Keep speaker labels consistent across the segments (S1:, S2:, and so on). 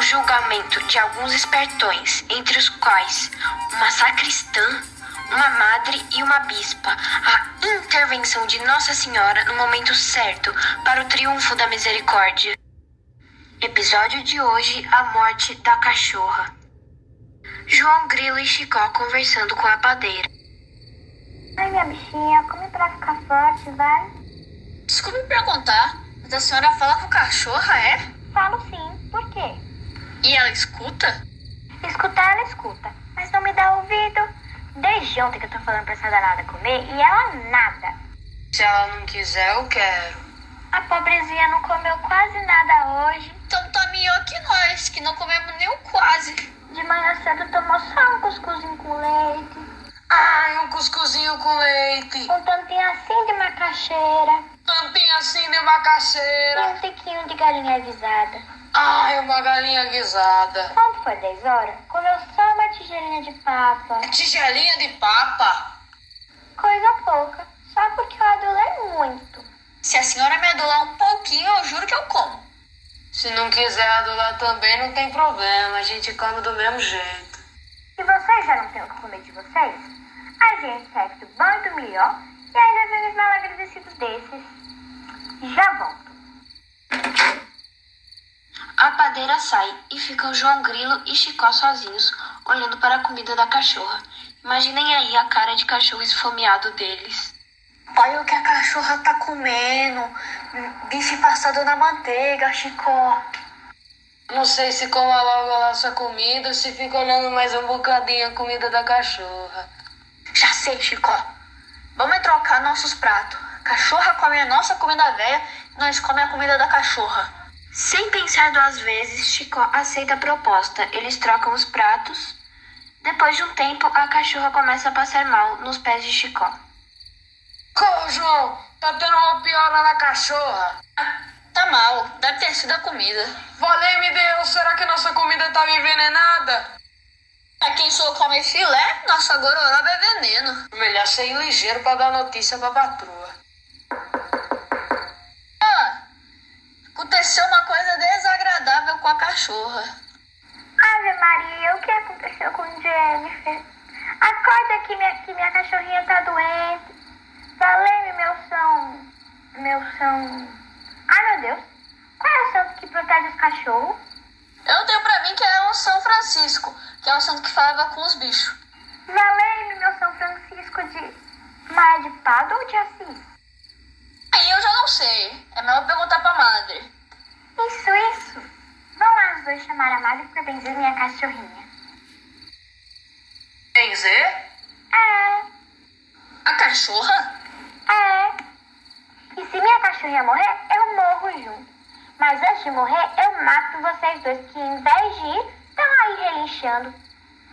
S1: julgamento de alguns espertões, entre os quais uma sacristã, uma madre e uma bispa, a intervenção de Nossa Senhora no momento certo para o triunfo da misericórdia. Episódio de hoje: A morte da cachorra. João Grilo e Chicó conversando com a padeira.
S2: Ai, minha bichinha, come pra ficar forte, vai?
S3: Desculpe perguntar, mas a senhora fala com cachorra, é?
S2: Falo sim, por quê?
S3: E ela escuta?
S2: Escutar, ela escuta, mas não me dá ouvido. Desde ontem que eu tô falando pra essa danada comer e ela nada.
S4: Se ela não quiser, eu quero.
S2: A pobrezinha não comeu quase nada hoje.
S3: Então tá melhor que nós, que não comemos nem o quase.
S2: De manhã cedo tomou só um cuscuzinho com leite,
S4: Ai, um cuscuzinho com leite.
S2: um tantinho assim de macaxeira
S4: Tampinha assim de
S2: e
S4: macaxeira.
S2: um tiquinho de galinha guisada.
S4: Ai, uma galinha guisada.
S2: Quando foi 10 horas, comeu só uma tigelinha de papa.
S4: Tigelinha de papa.
S2: Coisa pouca, só porque eu adulei muito.
S3: Se a senhora me adular um pouquinho, eu juro que eu como.
S4: Se não quiser adular também, não tem problema. A gente come do mesmo jeito.
S2: E vocês já não têm o que comer de vocês? A gente sai do bom e do melhor e ainda vem os malagradecidos desses. Já volto.
S1: A padeira sai e ficam João Grilo e Chicó sozinhos, olhando para a comida da cachorra. Imaginem aí a cara de cachorro esfomeado deles.
S4: Olha o que a cachorra tá comendo. Bife passado na manteiga, Chicó. Não sei se coma logo a nossa comida ou se fica olhando mais um bocadinho a comida da cachorra.
S3: Já sei, Chicó. Vamos trocar nossos pratos. Cachorra come a nossa comida velha, nós comemos a comida da cachorra.
S1: Sem pensar duas vezes, Chicó aceita a proposta. Eles trocam os pratos. Depois de um tempo, a cachorra começa a passar mal nos pés de Chicó.
S4: Ô, João, tá tendo uma piora na cachorra.
S3: Tá mal, deve ter sido a comida.
S4: Valeu-me Deus, será que nossa comida tá envenenada?
S3: Pra É, quem só come filé, nossa gororoba é veneno.
S4: Melhor ser ligeiro pra dar notícia pra patroa.
S3: Ah, aconteceu uma coisa desagradável com a cachorra.
S2: Ave Maria, o que aconteceu com Jennifer? Acorda que minha, que minha cachorrinha tá doente. Falei-me, meu são. Meu são. Ai, meu Deus. Qual é o santo que protege os cachorros?
S3: Eu tenho pra mim que era um São Francisco, que é um santo que falava com os bichos.
S2: Valei-me, meu São Francisco de. Maia de Pado ou de Assis?
S3: Aí eu já não sei. É melhor perguntar pra madre.
S2: Isso, isso. Vão lá os dois chamar a madre pra benzer minha cachorrinha.
S4: Benzer?
S2: É,
S3: A cachorra?
S2: é. E se minha cachorrinha morrer, eu morro junto. Mas antes de morrer, eu mato vocês dois que, em vez de ir, estão aí relinchando.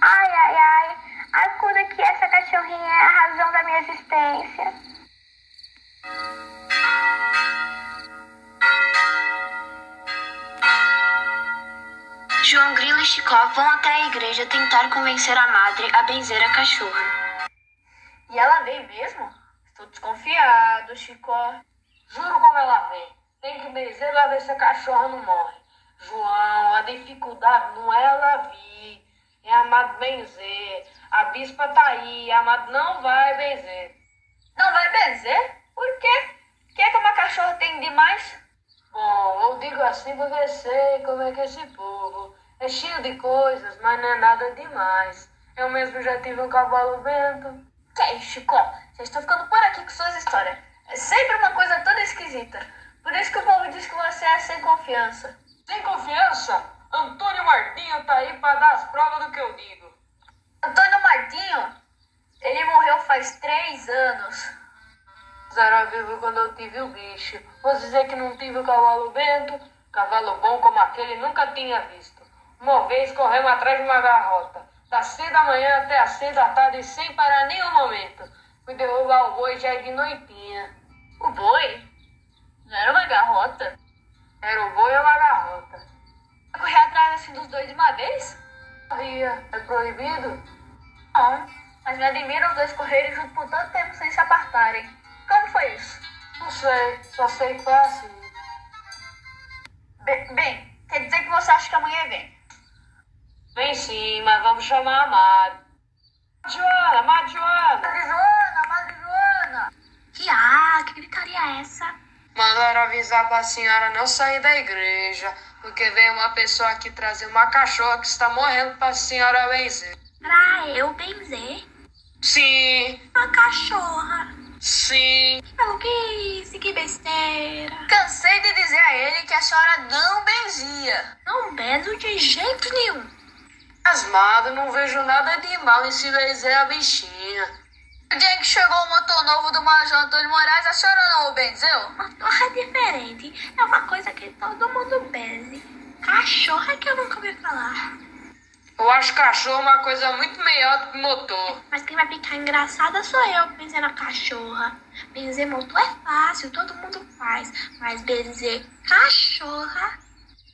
S2: Ai, ai, ai. Acuda que essa cachorrinha é a razão da minha existência.
S1: João Grilo e Chicó vão até a igreja tentar convencer a madre a benzer a cachorra.
S3: E ela veio mesmo? Estou desconfiado, Chicó.
S4: Juro como ela vem. Tem que benzer pra ver se a cachorra não morre. João, a dificuldade não é ela vir. É amado benzer. A bispa tá aí, amado não vai benzer.
S3: Não vai benzer? Por quê? O que é que uma cachorra tem demais?
S4: Bom, eu digo assim porque sei como é que esse povo é cheio de coisas, mas não é nada demais. Eu mesmo já tive um cavalo vento.
S3: Que é isso, Chicó? Vocês estão ficando por aqui com suas histórias. É sempre uma coisa toda esquisita. Por isso que o povo diz que você é sem confiança.
S4: Sem confiança, Antônio Martinho tá aí pra dar as provas do que eu digo.
S3: Antônio Martinho, ele morreu faz três anos.
S4: Zara vivo quando eu tive o bicho. Vou dizer que não tive o cavalo bento. Cavalo bom como aquele nunca tinha visto. Uma vez corremos atrás de uma garrota. Das seis da manhã até as seis da tarde sem parar nenhum momento. Fui derrubar o boi já de noitinha.
S3: O boi? Não era uma garrota?
S4: Era o boi ou a garrota?
S3: Correr atrás assim dos dois de uma vez?
S4: Ria, é proibido?
S3: Não. Mas me admira os dois correrem junto por tanto tempo sem se apartarem. Como foi isso?
S4: Não sei, só sei que foi assim.
S3: Be- bem, quer dizer que você acha que a mulher vem.
S4: em cima, vamos chamar a Mari. Madioana, Madioana!
S3: Marijuana, Marijuana.
S2: Que ah, que gritaria é essa?
S5: Mandaram avisar para a senhora não sair da igreja, porque veio uma pessoa aqui trazer uma cachorra que está morrendo para a senhora benzer.
S2: Pra eu benzer
S5: Sim,
S2: uma cachorra.
S5: sim.
S2: Que maluquice, que besteira.
S3: Cansei de dizer a ele que a senhora não benzia.
S2: Não benzo de jeito nenhum.
S5: Asmado, não vejo nada de mal em se benzer a bichinha.
S3: O dia em que chegou o motor novo do Major Antônio Moraes, a senhora não o benzeu?
S2: Cachorra é diferente. É uma coisa que todo mundo benze. Cachorra que eu nunca ouvi falar.
S5: Eu acho cachorro uma coisa muito melhor do que motor.
S2: Mas quem vai ficar engraçada sou eu, benzendo a cachorra. Benzer motor é fácil, todo mundo faz. Mas benzer cachorra...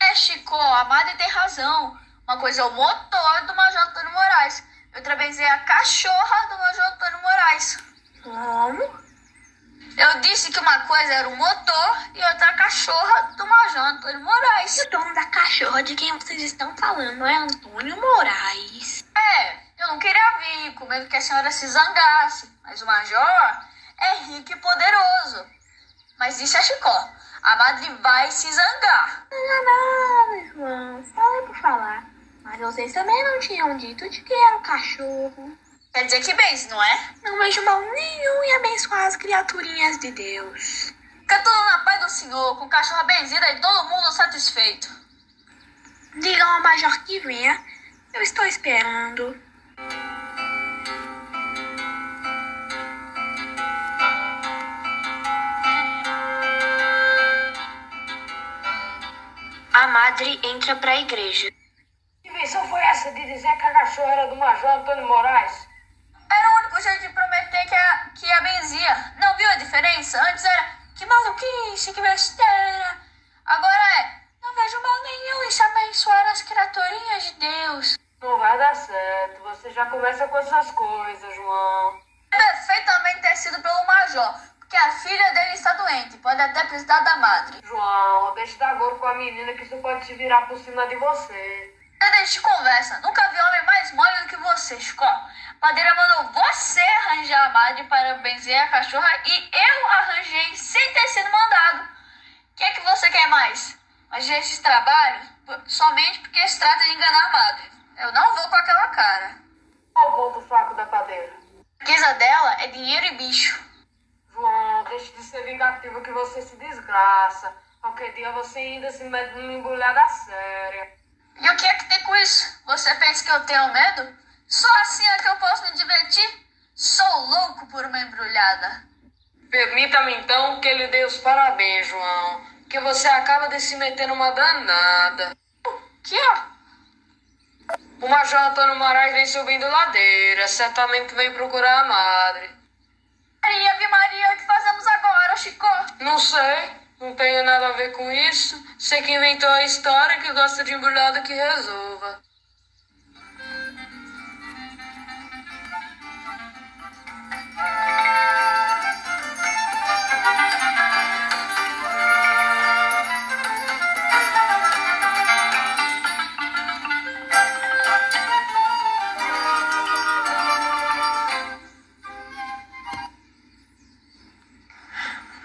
S3: É, Chico, a Mari tem razão. Uma coisa é o motor do Major Antônio Moraes, outra vez é a cachorra do Major Antônio Moraes.
S2: Como?
S3: Eu disse que uma coisa era o motor e outra a cachorra do Major Antônio Moraes.
S2: E o dono da cachorra de quem vocês estão falando é Antônio Moraes.
S3: É, eu não queria vir, com medo que a senhora se zangasse. Mas o Major é rico e poderoso. Mas disse a Chicó, a madre vai se zangar.
S2: Não, não, meu irmão, fala por falar. Mas vocês também não tinham dito de que era o cachorro.
S3: Quer dizer que benze, não é?
S2: Não vejo mal nenhum em abençoar as criaturinhas de Deus.
S3: Fica tudo na paz do senhor, com cachorra benzida e todo mundo satisfeito.
S2: Digam ao major que venha, eu estou esperando.
S6: A madre entra para a igreja.
S4: Que invenção foi essa de dizer que a cachorra era do Major Antônio Moraes?
S3: Era o único jeito de prometer que a, que a benzia. Não viu a diferença? Antes era que maluquice, que besteira. Agora é, não vejo mal nenhum em se abençoar as criaturinhas de Deus.
S4: Não vai dar certo, você já começa com essas coisas, João.
S3: É Perfeitamente tecido pelo Major, porque a filha dele está doente, pode até precisar da madre.
S4: João, deixa dar gol com a menina que isso pode te virar por cima de você.
S3: Eu deixo de conversa, nunca vi homem mais mole do que você, Scott. Madeira mandou você arranjar a madre para benzer a cachorra e eu arranjei sem ter sido mandado. O que é que você quer mais? Mas esse trabalho p- somente porque se trata de enganar a madre. Eu não vou com aquela cara.
S4: Olha o ponto fraco da padeira.
S3: A riqueza dela é dinheiro e bicho.
S4: João, deixe de ser vingativo que você se desgraça. Qualquer dia você ainda se mete numa embrulhada séria.
S3: E o que é que tem com isso? Você pensa que eu tenho medo? Só assim é que eu posso me divertir? Sou louco por uma embrulhada.
S5: Permita-me então que lhe dê os parabéns, João, que você acaba de se meter numa danada.
S3: Que ó.
S5: O Major Antônio Moraes vem subindo ladeira, certamente que vem procurar a madre.
S3: Maria, Ave Maria, o que fazemos agora, Chico?
S5: Não sei, não tenho nada a ver com isso. Sei que inventou a história que gosta de embrulhado que resolva.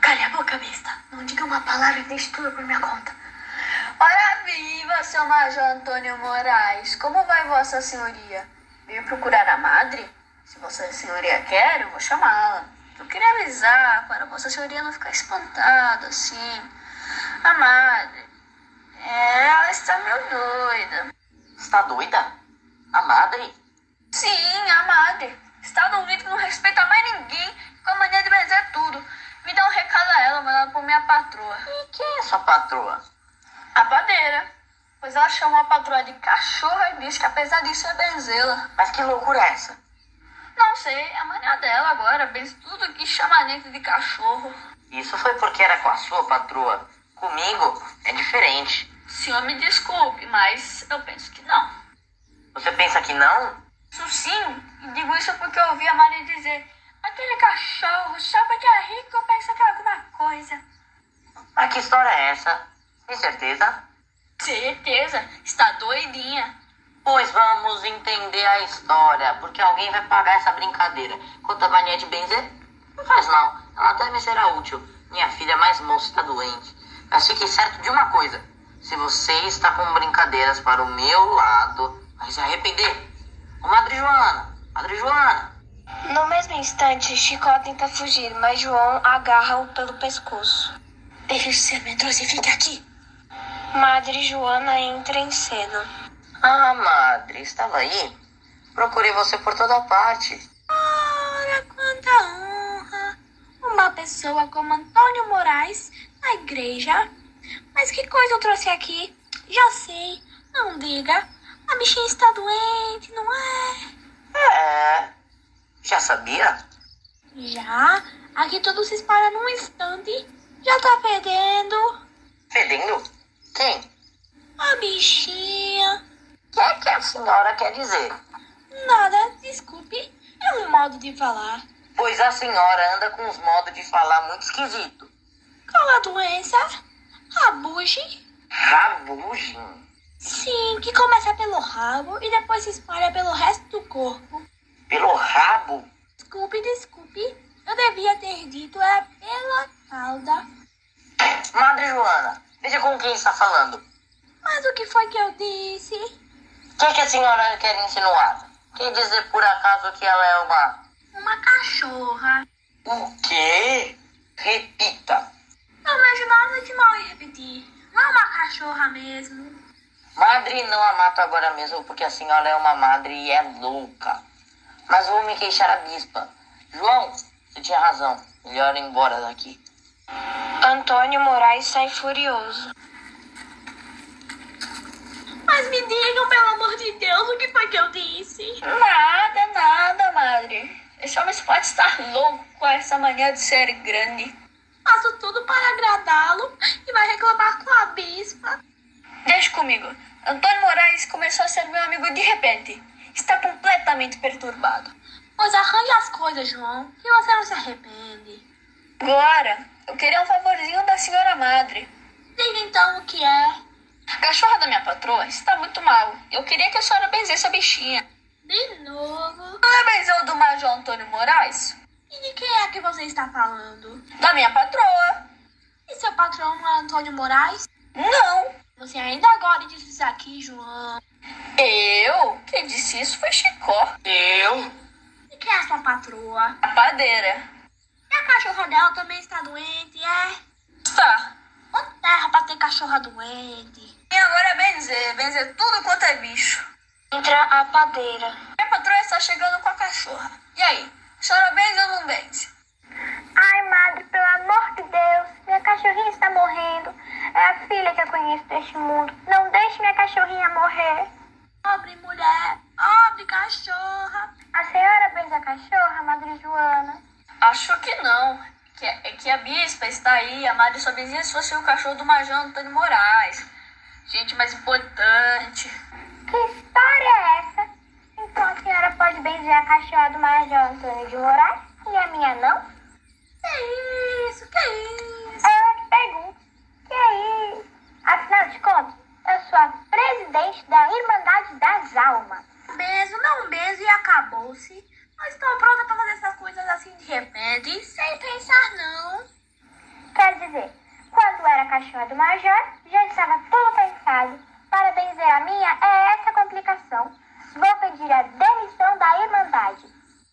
S2: Calha a boca, besta. Não diga uma palavra e deixe tudo por minha conta.
S3: Ora viva, seu Major Antônio Moraes. Como vai Vossa Senhoria? Veio procurar a madre? Se Vossa Senhoria quer, eu vou chamá-la. Eu queria avisar para Vossa Senhoria não ficar espantada assim. A madre. é, Ela está meio doida.
S7: Está tá doida? A madre?
S3: Sim, a madre. Está doida que não respeita mais ninguém. Com a mania de benzer tudo. Me dá um recado a ela, mandar por minha patroa.
S7: E quem é sua patroa?
S3: A padeira. Pois ela chamou a patroa de cachorra e diz que apesar disso é benzê-la.
S7: Mas que loucura é essa?
S3: Não sei, é a mania dela agora. Benze tudo que chama dentro de cachorro.
S7: Isso foi porque era com a sua patroa. Comigo é diferente.
S3: Senhor, me desculpe, mas eu penso que não.
S7: Você pensa que não?
S3: Isso sim, e digo isso porque eu ouvi a Maria dizer aquele cachorro só porque é rico pensa que é alguma coisa.
S7: Mas que história é essa? Tem certeza?
S3: Certeza, está doidinha.
S7: Pois vamos entender a história, porque alguém vai pagar essa brincadeira. Quanto à mania de benzer, não faz mal. Ela deve ser útil. Minha filha mais moça está doente. Mas fique certo de uma coisa. Se você está com brincadeiras para o meu lado, vai se arrepender. Ô, Madre Joana! Madre Joana!
S6: No mesmo instante, Chicó tenta fugir, mas João agarra-o pelo pescoço.
S2: Deixe de ser medroso e fique aqui.
S6: Madre Joana entra em cena.
S7: Ah, Madre, estava aí? Procurei você por toda parte.
S2: Ora, quanta honra! Uma pessoa como Antônio Moraes na igreja. Mas que coisa eu trouxe aqui? Já sei, não diga. A bichinha está doente, não é?
S7: É. Já sabia?
S2: Já? Aqui tudo se espalha num instante. Já tá perdendo.
S7: Fedendo? Quem?
S2: A bichinha.
S7: O que é que a senhora quer dizer?
S2: Nada, desculpe. É um modo de falar.
S7: Pois a senhora anda com uns modos de falar muito esquisito.
S2: Qual a doença? Rabuge?
S7: Rabugem.
S2: Sim, que começa pelo rabo e depois se espalha pelo resto do corpo.
S7: Pelo rabo?
S2: Desculpe, desculpe. Eu devia ter dito é pela cauda.
S7: Madre Joana, veja com quem está falando.
S2: Mas o que foi que eu disse?
S7: O que, é que a senhora quer insinuar? Quer dizer por acaso que ela é uma.
S2: Uma cachorra.
S7: O quê? Repita.
S2: Não vejo nada de mal em repetir. Não é uma cachorra mesmo.
S7: Madre, não a mato agora mesmo porque a senhora é uma madre e é louca. Mas vou me queixar à bispa. João, você tinha razão. Melhor ir embora daqui.
S6: Antônio Moraes sai furioso.
S2: Mas me digam, pelo amor de Deus, o que foi que eu disse?
S3: Nada, nada, madre. Esse homem só pode estar louco com essa mania de ser grande.
S2: Faço tudo para agradá-lo e vai reclamar com a bispa.
S3: Deixa comigo. Antônio Moraes começou a ser meu amigo de repente. Está completamente perturbado.
S2: Pois arranje as coisas, João, que você não se arrepende.
S3: Agora, eu queria um favorzinho da senhora madre.
S2: Diga então o que é.
S3: A cachorra da minha patroa está muito mal. Eu queria que a senhora benzesse a bichinha.
S2: De novo.
S3: Não é benzão do Major Antônio Moraes?
S2: E de quem é que você está falando?
S3: Da minha patroa.
S2: E seu patrão não é Antônio Moraes?
S3: Não.
S2: Você ainda agora disse isso aqui, João.
S3: Eu? Quem disse isso foi Chicó.
S7: Eu?
S2: E quem é a sua patroa?
S3: A padeira.
S2: E a cachorra dela também está doente, é?
S3: Está. tá,
S2: Ô terra pra ter cachorra doente.
S3: E agora é benzer. Benzer tudo quanto é bicho.
S6: Entra a padeira.
S3: Minha patroa está chegando com a cachorra. E aí? A senhora benze ou não benze?
S2: Ai, madre, pelo amor de Deus, minha cachorrinha está morrendo. É a filha que eu conheço deste mundo. Não deixe minha cachorrinha morrer. Pobre mulher, pobre cachorra. A senhora benze a cachorra, madre Joana?
S3: Acho que não. Que, é que a bispa está aí, a madre só benzinha se fosse o cachorro do Major Antônio Moraes. Gente mais importante.
S2: Que história é essa? Então a senhora pode benzer a cachorra do Major Antônio de Moraes e a minha não? Que isso, que isso? Eu te pergunto, que é isso? Afinal de contas, eu sou a presidente da Irmandade das Almas. Beijo, não beijo e acabou-se. Não estou pronta para fazer essas coisas assim de repente, sem pensar não. Quer dizer, quando era cachorra do Major, já estava tudo pensado. Para benzer a minha, é essa a complicação. Vou pedir a demissão da Irmandade.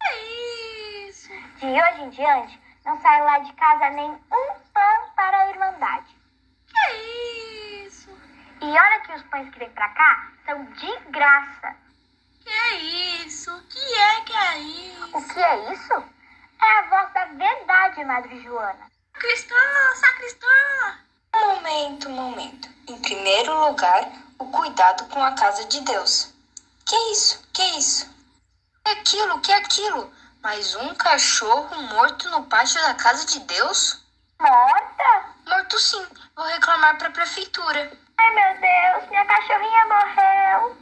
S3: É isso.
S2: De hoje em diante, não saio lá de casa nem um pão para a Irmandade.
S3: Que É isso?
S2: E olha que os pães que vêm pra cá são de graça.
S3: Que isso? Que é que é isso?
S2: O que é isso? É a voz da verdade, Madre Joana.
S3: Cristã, sacristã!
S1: Momento, momento. Em primeiro lugar, o cuidado com a casa de Deus. Que isso? Que isso? Que aquilo? Que aquilo? Mais um cachorro morto no pátio da casa de Deus?
S2: Morta?
S1: Morto sim. Vou reclamar para a prefeitura.
S2: Ai meu Deus, minha cachorrinha morreu.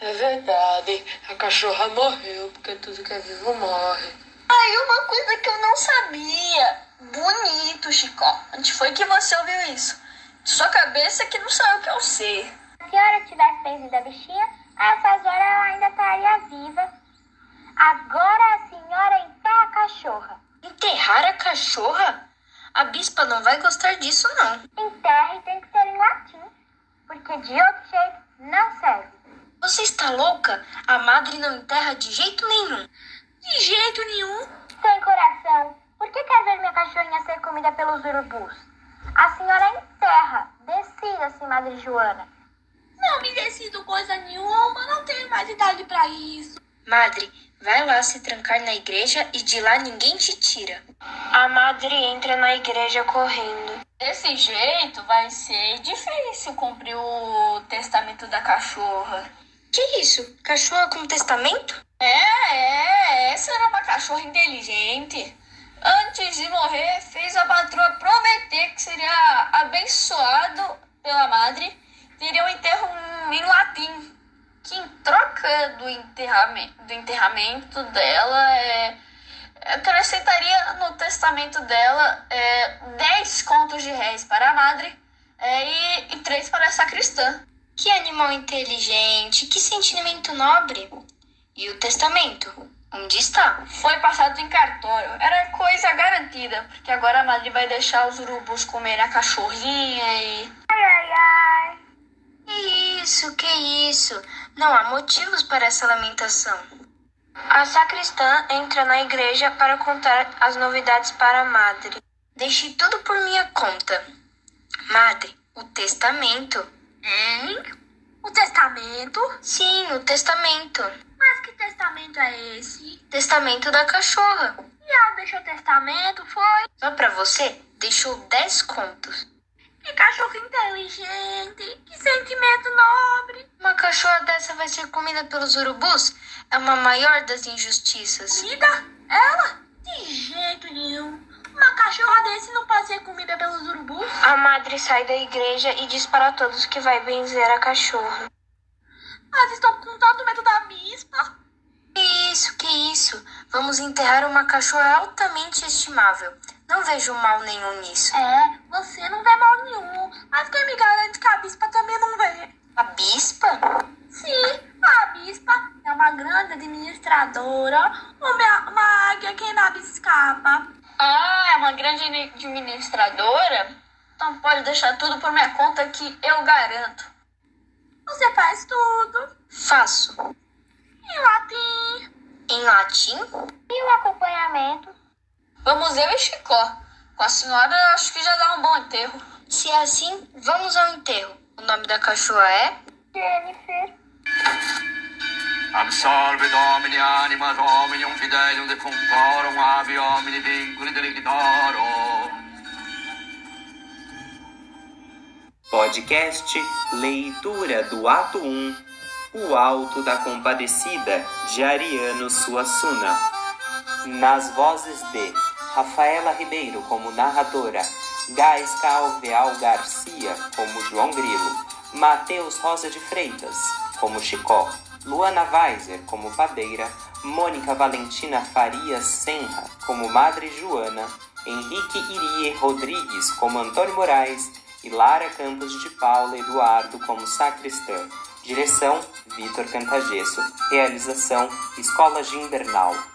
S5: É verdade, a cachorra morreu porque tudo que é vivo morre.
S3: Aí uma coisa que eu não sabia. Bonito, Chicó. Onde foi que você ouviu isso? De sua cabeça que não saiu o que eu sei.
S2: Se a senhora tivesse benzido a bichinha, a essas horas ela ainda estaria então é
S1: cachorra? A bispa não vai gostar disso, não.
S2: Enterre tem que ser em latim, porque de outro jeito não serve.
S1: Você está louca? A madre não enterra de jeito nenhum.
S3: De jeito nenhum.
S2: Sem coração, por que quer ver minha cachorrinha ser comida pelos urubus? A senhora enterra. Decida-se, Madre Joana.
S3: Não me decido coisa nenhuma, não tenho mais idade pra isso.
S1: Madre, vai lá se trancar na igreja e de lá ninguém te tira.
S6: A madre entra na igreja correndo.
S3: Desse jeito vai ser difícil cumprir o testamento da cachorra.
S1: Que isso? Cachorra com testamento?
S3: É, é, essa era uma cachorra inteligente. Antes de morrer, fez a patroa prometer que seria abençoado pela madre, teria um enterro em latim. Que em troca do, enterrame- do enterramento dela, é, acrescentaria no testamento dela é, 10 contos de réis para a madre é, e, e 3 para essa cristã.
S1: Que animal inteligente, que sentimento nobre. E o testamento? Onde está?
S3: Foi passado em cartório. Era coisa garantida, porque agora a madre vai deixar os urubus comerem a cachorrinha e.
S2: Ai, ai, ai.
S1: Que isso, que isso? Não há motivos para essa lamentação.
S6: A sacristã entra na igreja para contar as novidades para a madre.
S1: Deixei tudo por minha conta. Madre, o testamento.
S3: Hein? O testamento?
S1: Sim, o testamento.
S3: Mas que testamento é esse?
S1: Testamento da cachorra.
S3: E ela deixou o testamento? Foi?
S1: Só pra você, deixou 10 contos.
S3: Que cachorro inteligente! Que sentimento nobre!
S1: Uma cachorra dessa vai ser comida pelos urubus? É uma maior das injustiças.
S3: Comida? Ela? De jeito nenhum! Uma cachorra desse não pode ser comida pelos urubus?
S6: A madre sai da igreja e diz para todos que vai benzer a cachorra.
S3: Mas estou com tanto medo da bispa!
S1: Que isso, que isso? Vamos enterrar uma cachorra altamente estimável. Não vejo mal nenhum nisso.
S3: É, você não vê mal nenhum, mas quem me garante que a bispa também não vê?
S1: A bispa?
S3: Sim, a bispa é uma grande administradora, uma, uma águia que nada escapa. Ah, é uma grande administradora? Então pode deixar tudo por minha conta que eu garanto. Você faz tudo.
S1: Faço.
S3: Em latim.
S1: Em latim?
S2: E o acompanhamento?
S3: Vamos eu e Chicó. Com a senhora, eu acho que já dá um bom enterro.
S1: Se é assim, vamos ao enterro. O nome da cachorra é?
S2: Jennifer.
S8: Absolve Domini anima Dominium fidelium defunctorum avi homini vinculi delictorum.
S9: Podcast Leitura do Ato 1 O Alto da Compadecida de Ariano Suassuna. Nas vozes de Rafaela Ribeiro como narradora, Gás Calveal Garcia como João Grilo, Matheus Rosa de Freitas como Chicó, Luana Weiser como Padeira, Mônica Valentina Farias Senra como Madre Joana, Henrique Irie Rodrigues como Antônio Moraes e Lara Campos de Paula Eduardo como sacristã. Direção: Vitor Cantagesso. Realização: Escola Gimbernal.